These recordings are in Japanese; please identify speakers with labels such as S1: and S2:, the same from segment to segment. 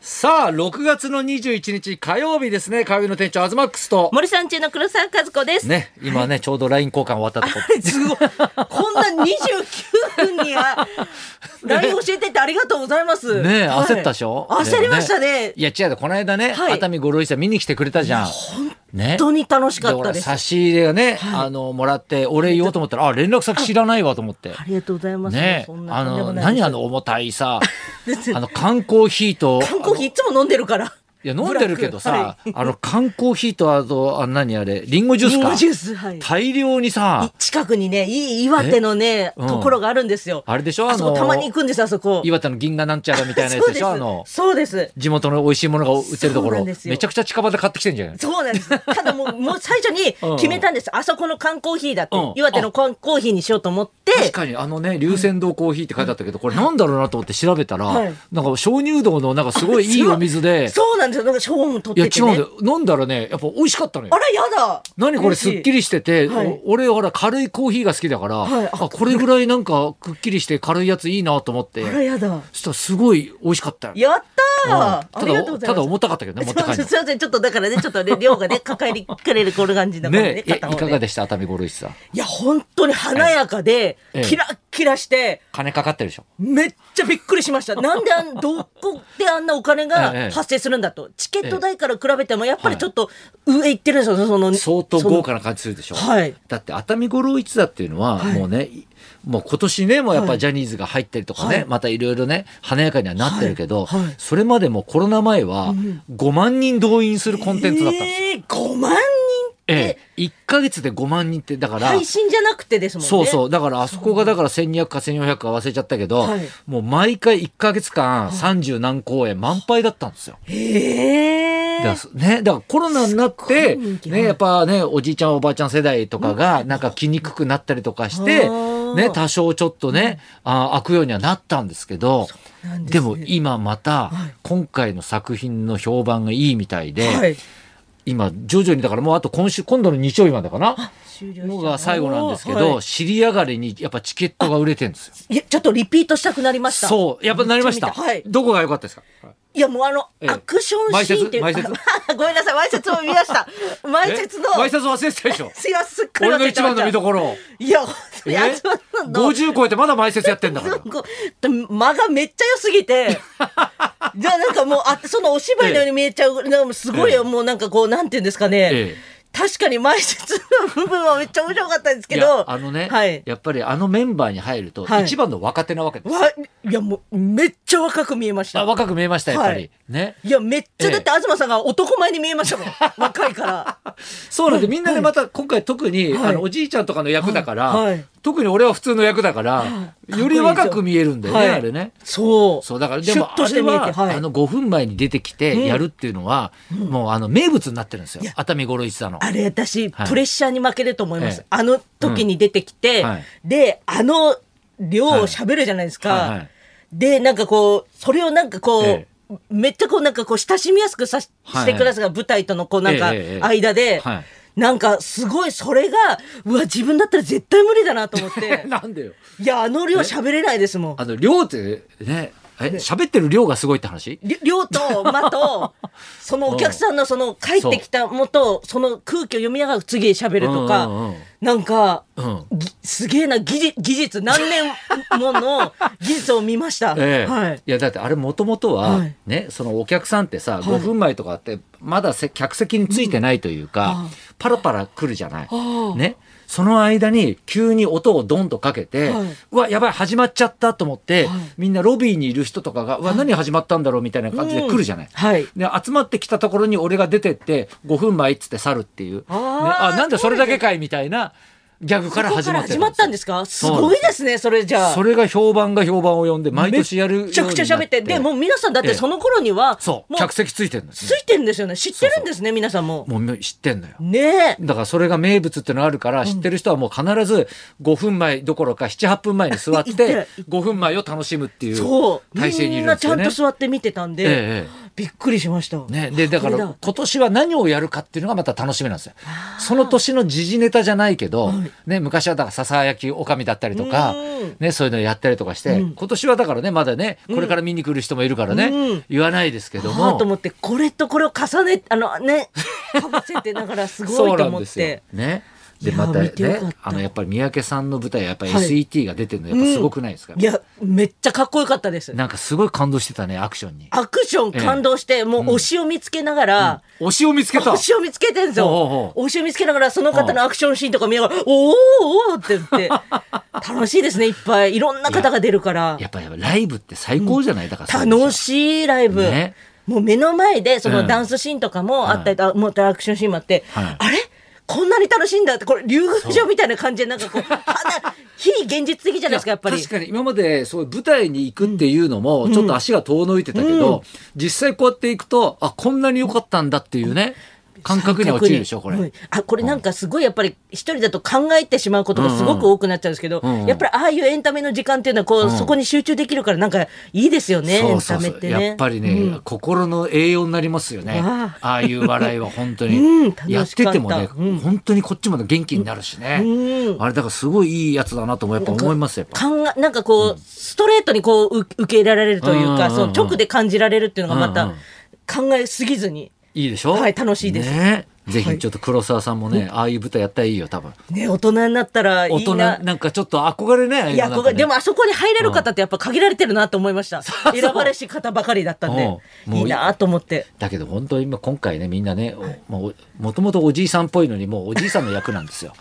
S1: さあ6月の21日火曜日ですね火曜日の店長アズマックスと
S2: 森さん中の黒沢和子です。
S1: ね今ねちょうど LINE 交換終わったところ
S2: すごい。こんな29分に は、LINE 教えてってありがとうございま す。
S1: ねえ
S2: はい
S1: 焦ったでしょ
S2: 焦りましたね。
S1: いや違うよこの間ね、
S2: はい
S1: 熱海五郎一さん見に来てくれたじゃんね
S2: 本当に楽しか
S1: で
S2: った
S1: 俺
S2: です。
S1: 差し入れがね、あのもらってお礼言おうと思ったらあ連絡先知らないわと思って
S2: ありがとうございます。
S1: ね
S2: そんな
S1: あ
S2: とんでも
S1: の
S2: ないで
S1: 何
S2: す
S1: あの重たい さ
S2: 別に
S1: あの缶コーヒーと
S2: 缶コーヒーいつも飲んでるから。
S1: いや飲んでるけど
S2: ブラ
S1: さ
S2: ッ、クはい
S1: あの缶コーヒーとあとあ何あれリンゴジュース
S2: リン
S1: か
S2: ゴジュース、はい。
S1: 大量にさ
S2: 近くにね、いい岩手のね、
S1: うん
S2: ところがあるんですよ。
S1: あれでしょ
S2: あそこ
S1: あの
S2: たまに行くんです、あそこ。
S1: 岩手の銀河なんちゃらみたいなやつでしょあの
S2: そうです。そうです。
S1: 地元の美味しいものが売ってるとこ
S2: そうな
S1: ろ
S2: んですよ
S1: めちゃくちゃ近場で買ってきてんじゃない
S2: そうなんです。ただもう、もう最初 に決めたんです。あそこの缶コーヒーだって
S1: うん。
S2: 岩手の缶コーヒーにしようと思って。
S1: 確かにあのね龍泉堂コーヒーって書いてあったけどこれなんだろうなと思って調べたら
S2: はい
S1: なんか鍾乳洞のなんかすごいいいお水で
S2: そうなんですよ。なんか賞も
S1: い
S2: 取
S1: や
S2: って
S1: 違う
S2: て、ね。
S1: んだよ飲んだらねやっぱ美味しかったのよ
S2: あら、やだ。
S1: 何これすっき
S2: り。
S1: りしてて、
S2: はい
S1: お俺ほら軽いコーヒーが好きだから、
S2: はい
S1: あこれぐらいなんかくっきりして軽いやついいなと思って
S2: あら、やだ。
S1: そしたらすごい美味しかったよ、
S2: やった
S1: うん
S2: ー、ありが
S1: た
S2: とうご
S1: だ
S2: ざ
S1: た
S2: い
S1: だ
S2: ます。
S1: 重たかったけどね持って帰
S2: そう
S1: る
S2: すいません、ちょっとだからね、ちょっとね、量がね、 抱えりくれるこの感じだ
S1: の
S2: からね、
S1: ねえい
S2: 片方ね
S1: かがでした熱海五郎一さん
S2: いや、本当に華やかで、
S1: ええ
S2: キラッキラして、
S1: 金かかってるでしょ
S2: めっちゃびっくりし ました。なんであん、どこであんなお金
S1: ええ
S2: が発生するんだと。チケット代から比べても、やっぱりちょっと上行ってるんですよ、その。
S1: 相当豪
S2: 華。
S1: 華な感じするでしょ
S2: はい
S1: だって熱海五郎一座っていうのはもうね、もう今年ねもうやっぱジャニーズが入ったりとかね、
S2: はい
S1: またいろいろね華やかにはなってるけど、
S2: はいはい
S1: それまでもコロナ前は5万人動員するコンテンツだったんですよ、
S2: ええ5万人って、
S1: ええ、1か月で5万人ってだから、
S2: 配信じゃなくてですもんね。
S1: そうそうだからあそこがだから1200か1400か忘れちゃったけど、
S2: はい
S1: もう毎回1か月間30何公演満杯だったんですよ。
S2: ええ
S1: だからね、だからコロナになって、
S2: すごい人気
S1: ね、やっぱねおじいちゃんおばあちゃん世代とかがなんか来にくくなったりとかして、
S2: あー
S1: ね、多少ちょっとね、あー開くようにはなったんですけど
S2: うなんですね
S1: でも今また今回の作品の評判がいいみたいで、
S2: はい。
S1: 今徐々にだからもうあと今週今度の日曜日までかな。
S2: 終了しちゃう
S1: のが最後なんですけど、
S2: はい
S1: 尻上がりにやっぱチケットが売れてるんですよ。
S2: いやちょっとリピートしたくなりました。
S1: そう、やっぱなりました。
S2: めっちゃ見はい。
S1: どこが良かったですか。
S2: いやもうあの、
S1: ええ
S2: アクションシーンっていう。
S1: 前説
S2: ごめんなさい、前説を見ました。前説の。。
S1: え ワイシャツ忘れてたでしょ
S2: すいません、すっかり
S1: 俺
S2: 忘
S1: の
S2: れ
S1: 一
S2: てま
S1: 番
S2: した
S1: の見どころ。
S2: いや、本当に
S1: え
S2: あそうなの
S1: 五十超えてまだ埋設やってん だから。
S2: こう間がめっちゃ良すぎ て。じゃあなんかもう、あそのお芝居のように見えちゃう、なんかすごい
S1: ええ
S2: よ、もうなんかこう、なんていうんですかね。
S1: ええ
S2: 確かに前説の部分はめっちゃ面白かったんですけ
S1: いや
S2: ど。
S1: あのね、
S2: はい。
S1: やっぱりあのメンバーに入ると
S2: はい
S1: 一番の若手なわけです。
S2: わいやもうめっちゃ若く見えまし
S1: あ
S2: た。
S1: 若く見えましたやっぱり、
S2: はい
S1: ね。
S2: いやめっち
S1: ええ
S2: ゃだって東さんが男前に見えました もん。若いから。
S1: そうなんで、みんなねまた今回特に、
S2: はい
S1: あのおじいちゃんとかの役だから、
S2: はいはい
S1: 特に俺は普通の役だから、
S2: い
S1: より若く見えるんだよね、
S2: はい
S1: あれね。
S2: そう。
S1: そうだからでも
S2: シュッと
S1: あ
S2: して
S1: れ
S2: 見えて
S1: は、
S2: はい
S1: あの5分前に出てきてやるっていうのは、もうあの名物になってるんですよ
S2: いや
S1: 熱海五郎一さんの。
S2: あれ私、
S1: はい
S2: プレッシャーに負けると思いま
S1: え
S2: す。
S1: え
S2: あの時に出てきて、
S1: うんはい
S2: で、あの量を喋るじゃないですか。
S1: はいはい
S2: で、なんかこう、それをなんかこう、
S1: え
S2: めっちゃこうなんかこう親しみやすくさし
S1: はい
S2: してくださる、舞台とのこうなんか
S1: ええええ
S2: 間で、
S1: はい
S2: なんかすごいそれが、うわ、自分だったら絶対無理だなと思っ て。
S1: なんでよ。
S2: いや、あの量喋れないですもん。
S1: あの量ってねえ喋ってる量がすごいって話
S2: り量と 間とそのお客さんのその帰ってきたもとその空気を読みながら次喋るとか、
S1: うんうんうん
S2: なんか、
S1: うん
S2: ぎすげえな技術技術何年もの技術を見ました。
S1: ええ
S2: はい、
S1: やだってあれもともとは、
S2: はい
S1: ねそのお客さんってさ、5分前とかってまだせ客席についてないというか、パラパラ来るじゃない
S2: あ。あ
S1: ねその間に急に音をドンとかけて、
S2: はいう
S1: わやばい始まっちゃったと思って、
S2: はい
S1: みんなロビーにいる人とかがうわ何始まったんだろうみたいな感じで来るじゃない。
S2: はい
S1: で集まってきたところに俺が出てって5分前っつって去るっていう
S2: あー
S1: ね、あなんでそれだけかいみたいなギャグから始まって
S2: そこから始まったんですすかす
S1: そうなんです
S2: ごいですねそれじゃあ
S1: それが評判が評判を呼んで毎年やるように
S2: め
S1: な
S2: ちゃくちゃ喋ってでもう皆さんだっ
S1: ええ
S2: てその頃には、
S1: そう
S2: もう
S1: 客席ついてるんです
S2: ついてるんですよね知ってるんですね皆さんも。
S1: もう知ってんのよ
S2: ねえ
S1: だからそれが名物ってのがあるから知ってる人はもう必ず5分前どころか78分前に座っ
S2: 行って
S1: て
S2: 行
S1: 5分前を楽しむってい
S2: そうう
S1: 体制にいるんですよ
S2: みんなちゃん
S1: ね
S2: と。座って見てたんで。
S1: ええええ
S2: びっくりしました。
S1: ね、でだか
S2: これだ
S1: ら今年は何をやるかっていうのがまた楽しみなんですよ。その年の時事ネタじゃないけど、
S2: はい
S1: ね、昔はだから笹焼きおかみだったりとか
S2: うん、
S1: ね、そういうのやったりとかして、
S2: うん
S1: 今年はだからねまだねこれから見に来る人もいるからね、
S2: うん
S1: 言わないですけど
S2: はあ
S1: も
S2: と。思ってこれとこれを重ねあのねかぶせてだ からすご
S1: そ
S2: いうと
S1: な
S2: 思
S1: ん
S2: っ
S1: ですよ
S2: て。
S1: ね。で
S2: いや
S1: また
S2: 見てよかっ
S1: ね
S2: た
S1: あのやっぱり三宅さんの舞台はやっぱり
S2: はい
S1: SET が出てるのやっぱすごくないですか、
S2: いやめっちゃかっこよかったです。
S1: なんかすごい感動してたねアクションに。
S2: アクション感動して、もう推しを見つけながら、
S1: 推しを見つけた
S2: 推しを見つけてんです
S1: ほう
S2: よ
S1: ほ。う
S2: 推しを見つけながら、その方のアクションシーンとか見ながら、おーおーって言 って、楽しいですね、いっぱい。いろんな方が出るから
S1: や。っぱりライブって最高じゃないだからそういうの
S2: 楽しいライブ。
S1: ね
S2: もう目の前で、そうの
S1: ん
S2: ダンスシーンとかもあったりと、あもうアクションシーンもあって、
S1: はい
S2: あれこんなに楽しいんだって、これ、竜宮城みたいな感じで、なんかこう、 あな非現実的じゃないですか、やっぱり。
S1: 確かに今までそういう舞台に行くっていうのもちょっと足が遠のいてたけど、実際こうやって行くとあこんなに良かったんだっていうね感覚には陥るでしょこれ、
S2: うんあこれなんかすごいやっぱり一人だと考えてしまうことがすごく多くなっちゃうんですけど、
S1: うんうん
S2: やっぱりああいうエンタメの時間っていうのはこう、
S1: うん
S2: そこに集中できるからなんかいいですよね
S1: そうそう
S2: エ
S1: そ
S2: ンタメっ
S1: う
S2: てね。
S1: やっぱりね、心の栄養になりますよね
S2: わ
S1: ああいう笑いは本当に、
S2: うん楽しか
S1: やっ
S2: った
S1: ててもね、
S2: うん
S1: 本当にこっちまで元気になるしね、
S2: うん
S1: あれだからすごいいいやつだなともやっぱ思いますよやっぱ
S2: 考えなんかこう、ストレートにこうう受け入れられるというか、
S1: うんうん
S2: そ
S1: うん
S2: の直で感じられるっていうのがまた、
S1: うんうん
S2: 考えすぎずに
S1: いいでしょ
S2: はい楽しいです
S1: ねぜ
S2: は
S1: ひ
S2: い
S1: ちょっと黒沢さんもね、ああいう舞台やったらいいよ多分
S2: ね大人になったらいいな
S1: 大人なんかちょっと憧れねああうの
S2: いや
S1: なんか
S2: ここ
S1: ね
S2: でもあそこに入れる方ってやっぱ限られてるなと思いました、
S1: う
S2: 選ばれし方ばかりだったんで
S1: うんもうい
S2: いいなと思って
S1: だけど本当に今今回ねみんなねおもうおもともとおじいさんっぽいのにもうおじいさんの役なんです よ。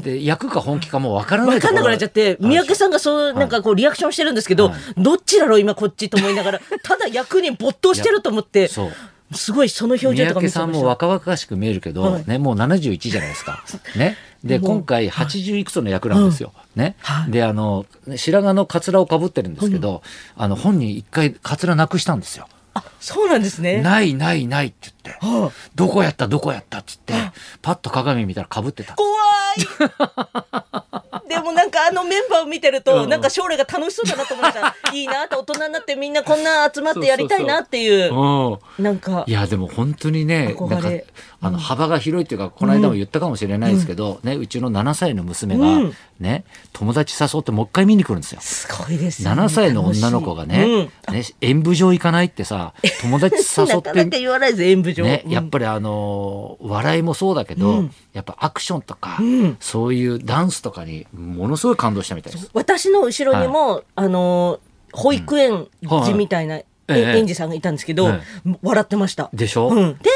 S1: で役か本気かもう分からない
S2: 分かんなくなっちゃって三宅さんがそうなんかこうリアクションしてるんですけど、
S1: はい
S2: どっちだろう今こっちと思いながら ただ役に没頭してると思って
S1: そう
S2: すごいその表情
S1: 三
S2: とか見
S1: 宅
S2: せま
S1: さん
S2: し
S1: も
S2: た
S1: 若々しく見えるけど、
S2: はい
S1: ね、もう71じゃない ですか。ね、で
S2: もう
S1: 今回80いくつの役なんですよ。ね
S2: はい
S1: であの白髪のカツラをかぶってるんですけど、あの本人一回カツラなくしたんですよ。
S2: あそうなんですね
S1: ないないないって言って
S2: はあ
S1: どこやったどこやったって言ってパッと鏡見たらかぶってた。
S2: 怖 いでもなんかあのメンバーを見てると、
S1: うん
S2: なんか将来が楽しそうだなと思いました いいなって大人になってみんなこんな集まってやりたいなっていう
S1: うん
S2: なんか
S1: いやでも本当にね
S2: 憧
S1: なんか
S2: れ
S1: あの幅が広いっていうかこの間も言ったかもしれないですけど、うね、うちの7歳の娘が、
S2: うん
S1: ね、友達誘ってもう一回見に来るんですよ。
S2: すごいですよね
S1: 7歳の女の子がね,、
S2: うん
S1: ね演舞場行かないって さ友達誘
S2: な
S1: っ
S2: かな
S1: て
S2: か言わないです演舞場、
S1: ね、
S2: うん
S1: やっぱりあのー笑いもそうだけど、
S2: うん
S1: やっぱアクションとか、
S2: うん
S1: そういうダンスとかにものすごい感動したみたいです。
S2: 私の後ろにも、あの保育園児みたいな、
S1: うんはいええ
S2: え園児さんがいたんですけど、
S1: え
S2: 笑ってました。
S1: でしょ、
S2: うん、で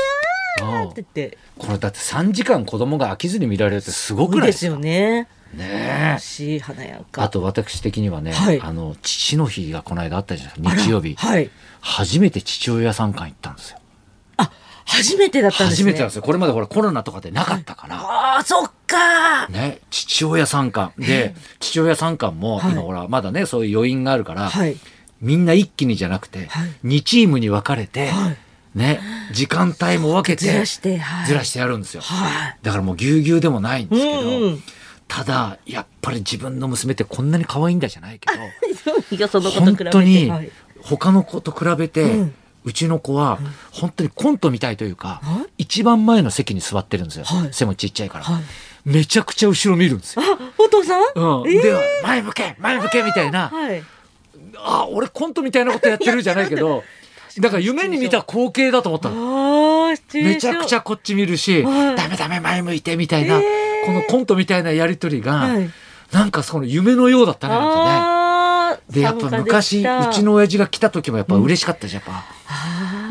S1: うん
S2: ってって
S1: これだって3時間子供が飽きずに見られるってすごく
S2: いい
S1: ない
S2: で
S1: です
S2: す
S1: か
S2: よね。
S1: ねえ
S2: し華や
S1: あ
S2: か。
S1: と私的にはね、
S2: はい
S1: あの父の日がこの間あったじゃないです
S2: あ
S1: から日曜日、
S2: はい。
S1: 初めて父親参観行ったんですよ
S2: あ初めてだったんです、
S1: 初め
S2: ね。
S1: てなんですよこれまでほらコロナとかでなかったから、
S2: ああそっか。
S1: ね、父親参観で父親参観も
S2: はい
S1: 今ほらまだねそういう余韻があるから、
S2: はい。
S1: みんな一気にじゃなくて、
S2: はい
S1: 2チームに分かれて、
S2: はい
S1: ね、時間帯も分けて
S2: ずらしてはい。
S1: ずらしてやるんですよ、
S2: はい。
S1: だからもうぎゅうぎゅうでもないんですけど、
S2: うんうん
S1: ただやっぱり自分の娘ってこんなに可愛いんだじゃないけど。
S2: いやそのこと
S1: 本
S2: 比べて
S1: 当に
S2: はい
S1: 他の子と比べて、う
S2: うん
S1: ちの子は本当にコントみたいというか、
S2: はい
S1: 一番前の席に座ってるんですよ、
S2: はい
S1: 背もちっちゃいから、
S2: はい
S1: めちゃくちゃ後ろ見るんですよ、
S2: あお父さん。
S1: うん
S2: えー
S1: で前向け前向けみたいな
S2: はい。
S1: あ俺コントみたいなことやってるじゃないけどだから夢に見た光景だと思ったの
S2: ああシチュエ
S1: め
S2: ーシ
S1: ち
S2: ョン
S1: ゃくちゃこっち見るし、
S2: はい
S1: ダメダメ前向いてみたいな、
S2: えー
S1: このコントみたいなやり取りが、
S2: はい
S1: なんかその夢のようだったねなんかね。
S2: あー
S1: でやっぱ昔うち。の親父が来た時もやっぱ嬉しかったじゃんや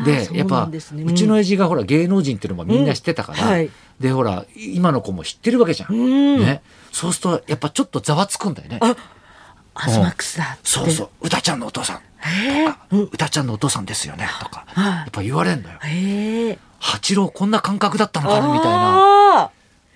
S1: っぱ。でやっぱうちの
S2: ね
S1: 親父がほら芸能人っていうのもみんな知ってたから、
S2: うんはい
S1: でほら今の子も知ってるわけじゃん。
S2: うん
S1: ね、そうするとやっぱちょっとざわつくんだよね。
S2: アズマックスだって。
S1: そうそう歌ちゃんのお父さん
S2: へー
S1: とか歌ちゃんのお父さんですよねとか
S2: はい
S1: やっぱ言われんのよ。
S2: へえ。
S1: 八郎こんな感覚だったのかなみたいな
S2: あ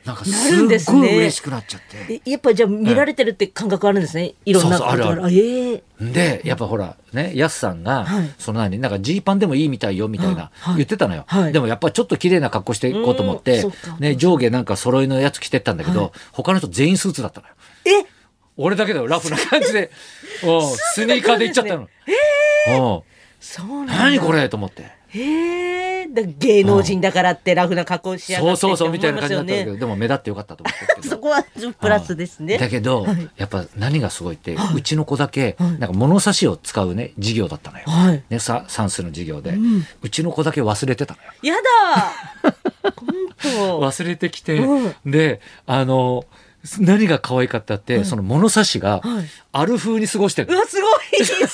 S1: なんか
S2: なるんですす
S1: っご
S2: ね
S1: い嬉しくなっちゃって。
S2: ーえやっぱじゃあ見られてるって感覚あるんですね。いろんな
S1: そうそうあるある
S2: ことええ。
S1: でやっぱほらねやすさんが、
S2: はい
S1: その何なんかジーパンでもいいみたいよみたいな、
S2: はい
S1: 言ってたのよ、
S2: はい
S1: でもやっぱちょっと綺麗な格好していこうと思っ
S2: うん
S1: て
S2: そっか、
S1: ね、上下なんか揃いのやつ着てったんだけど、他の人全員スーツだったのよ
S2: え、
S1: 俺だけだよラフな感じ でおうスニーカーで行っちゃったの、おう
S2: そうなんだ。
S1: 何これと思って
S2: へえだ芸能人だからってラフな格好しや
S1: そ
S2: が
S1: う
S2: って
S1: そうそうみたいな
S2: っ
S1: 感
S2: て
S1: じだ
S2: 思
S1: ったん
S2: ま
S1: だ
S2: すよ
S1: けど、
S2: ね
S1: でも目立ってよかったと思ってるけど
S2: そこはプラスですね
S1: だけど、やっぱ何がすごいって、うちの子だけ、なんか物差しを使うね、授業だったのよ。
S2: はい
S1: ね、さ算数の授業で、うんちの子だけ忘れてたのよ。
S2: やだ本当
S1: 忘れてきて、
S2: う
S1: で、あの、何が可愛かったって、その物差しが
S2: はい、
S1: ある風に過ごしてる
S2: う。わすごいすごい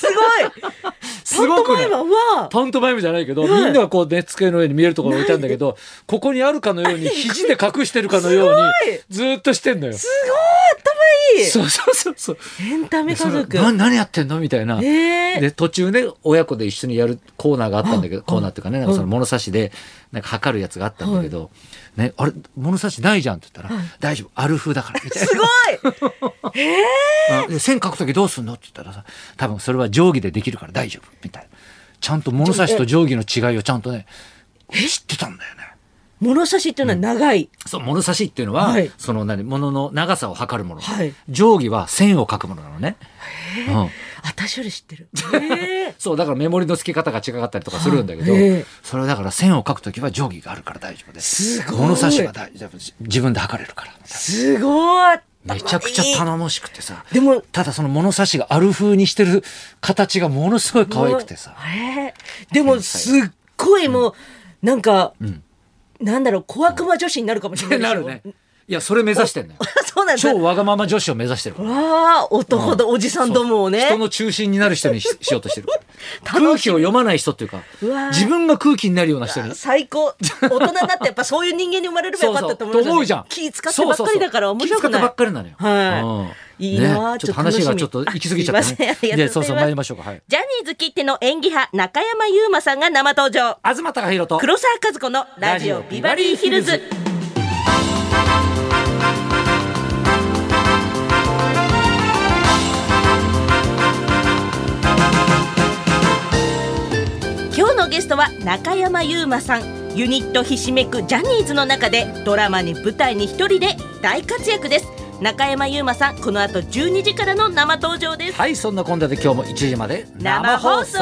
S1: すごく
S2: パ
S1: ね
S2: ントマイムはうわ
S1: パントマイムじゃないけど、
S2: はい
S1: みんながこうね、机の上に見えるところに置いたんだけど、ここにあるかのように、肘で隠してるかのように、ずーっとしてんのよ。
S2: すごい頭いい
S1: そうそうそうそう。
S2: エンタメ家
S1: でそのな
S2: 族
S1: 何やってんのみたいな。
S2: ええ
S1: で途中ね親子で一緒にやるコーナーがあったんだけどコーナーっていうかねなんかその物差しでなんか測るやつがあったんだけど「ね、あれ物差しないじゃん」って言ったら「大丈夫アルフーだから」みたいな
S2: すご
S1: う
S2: い
S1: んで線書くときどうすんのって言ったらさ多分それは定規でできるから大丈夫みたいなちゃんと物差しと定規の違いをちゃんとね知ってたんだよね。
S2: 物差しっていうのは長い、
S1: そう物差しっていうのは、
S2: はい
S1: その何物の長さを測るもの、
S2: はい
S1: 定規は線を書くものなのね。うん
S2: 私より知っ てるええ
S1: そうだからメモリの付け方が違かったりとかするんだけど、
S2: はいええ
S1: それはだから線を書くときは定規があるから大丈夫です
S2: すごい
S1: 物差しは大丈夫自分で測れるから
S2: すごい
S1: めちゃくちゃ頼もしくてさ
S2: でも
S1: ただその物差しがある風にしてる形がものすごい可愛くてさ
S2: えーでもすっごいもう、なんか、なんだろう小悪魔女子になるかもし
S1: って
S2: れ
S1: な
S2: な
S1: い
S2: で
S1: る
S2: しょ、
S1: ねいやそれ目指してんのよ
S2: そうなんだ
S1: 超わがまま女子を目指してるから
S2: わあ男のおじさんどもをね
S1: そう人の中心になる人にししようとしてる
S2: しみ
S1: 空気を読まない人っていうか
S2: うわー
S1: 自分が空気になるような人に
S2: 最高大人になってやっぱそういう人間に生まれればよかったと思う
S1: と思うじゃん。
S2: 気使ってばっかりだから面白く
S1: そうそうそう気使
S2: ない
S1: ってばっかりなのよ。
S2: はい
S1: うん
S2: いいなあ
S1: ねち
S2: ち
S1: ょっと
S2: ょっと
S1: 話が
S2: 楽しみ
S1: ちょっと行き過ぎちゃった
S2: あすいま
S1: ね。
S2: せんありがと
S1: そ
S2: うございます
S1: うそう参りましょうか。はい。
S2: ジャニーズきっての演技派中山優馬さんが生登場
S1: 東隆弘と。
S2: 黒沢和子のラジオビバリーヒルズ今日のゲストは中山優馬さんユニットひしめくジャニーズの中でドラマに舞台に一人で大活躍です中山優馬さんこの後12時からの生登場です
S1: はい、そんなこんなで今日も1時まで
S2: 生放送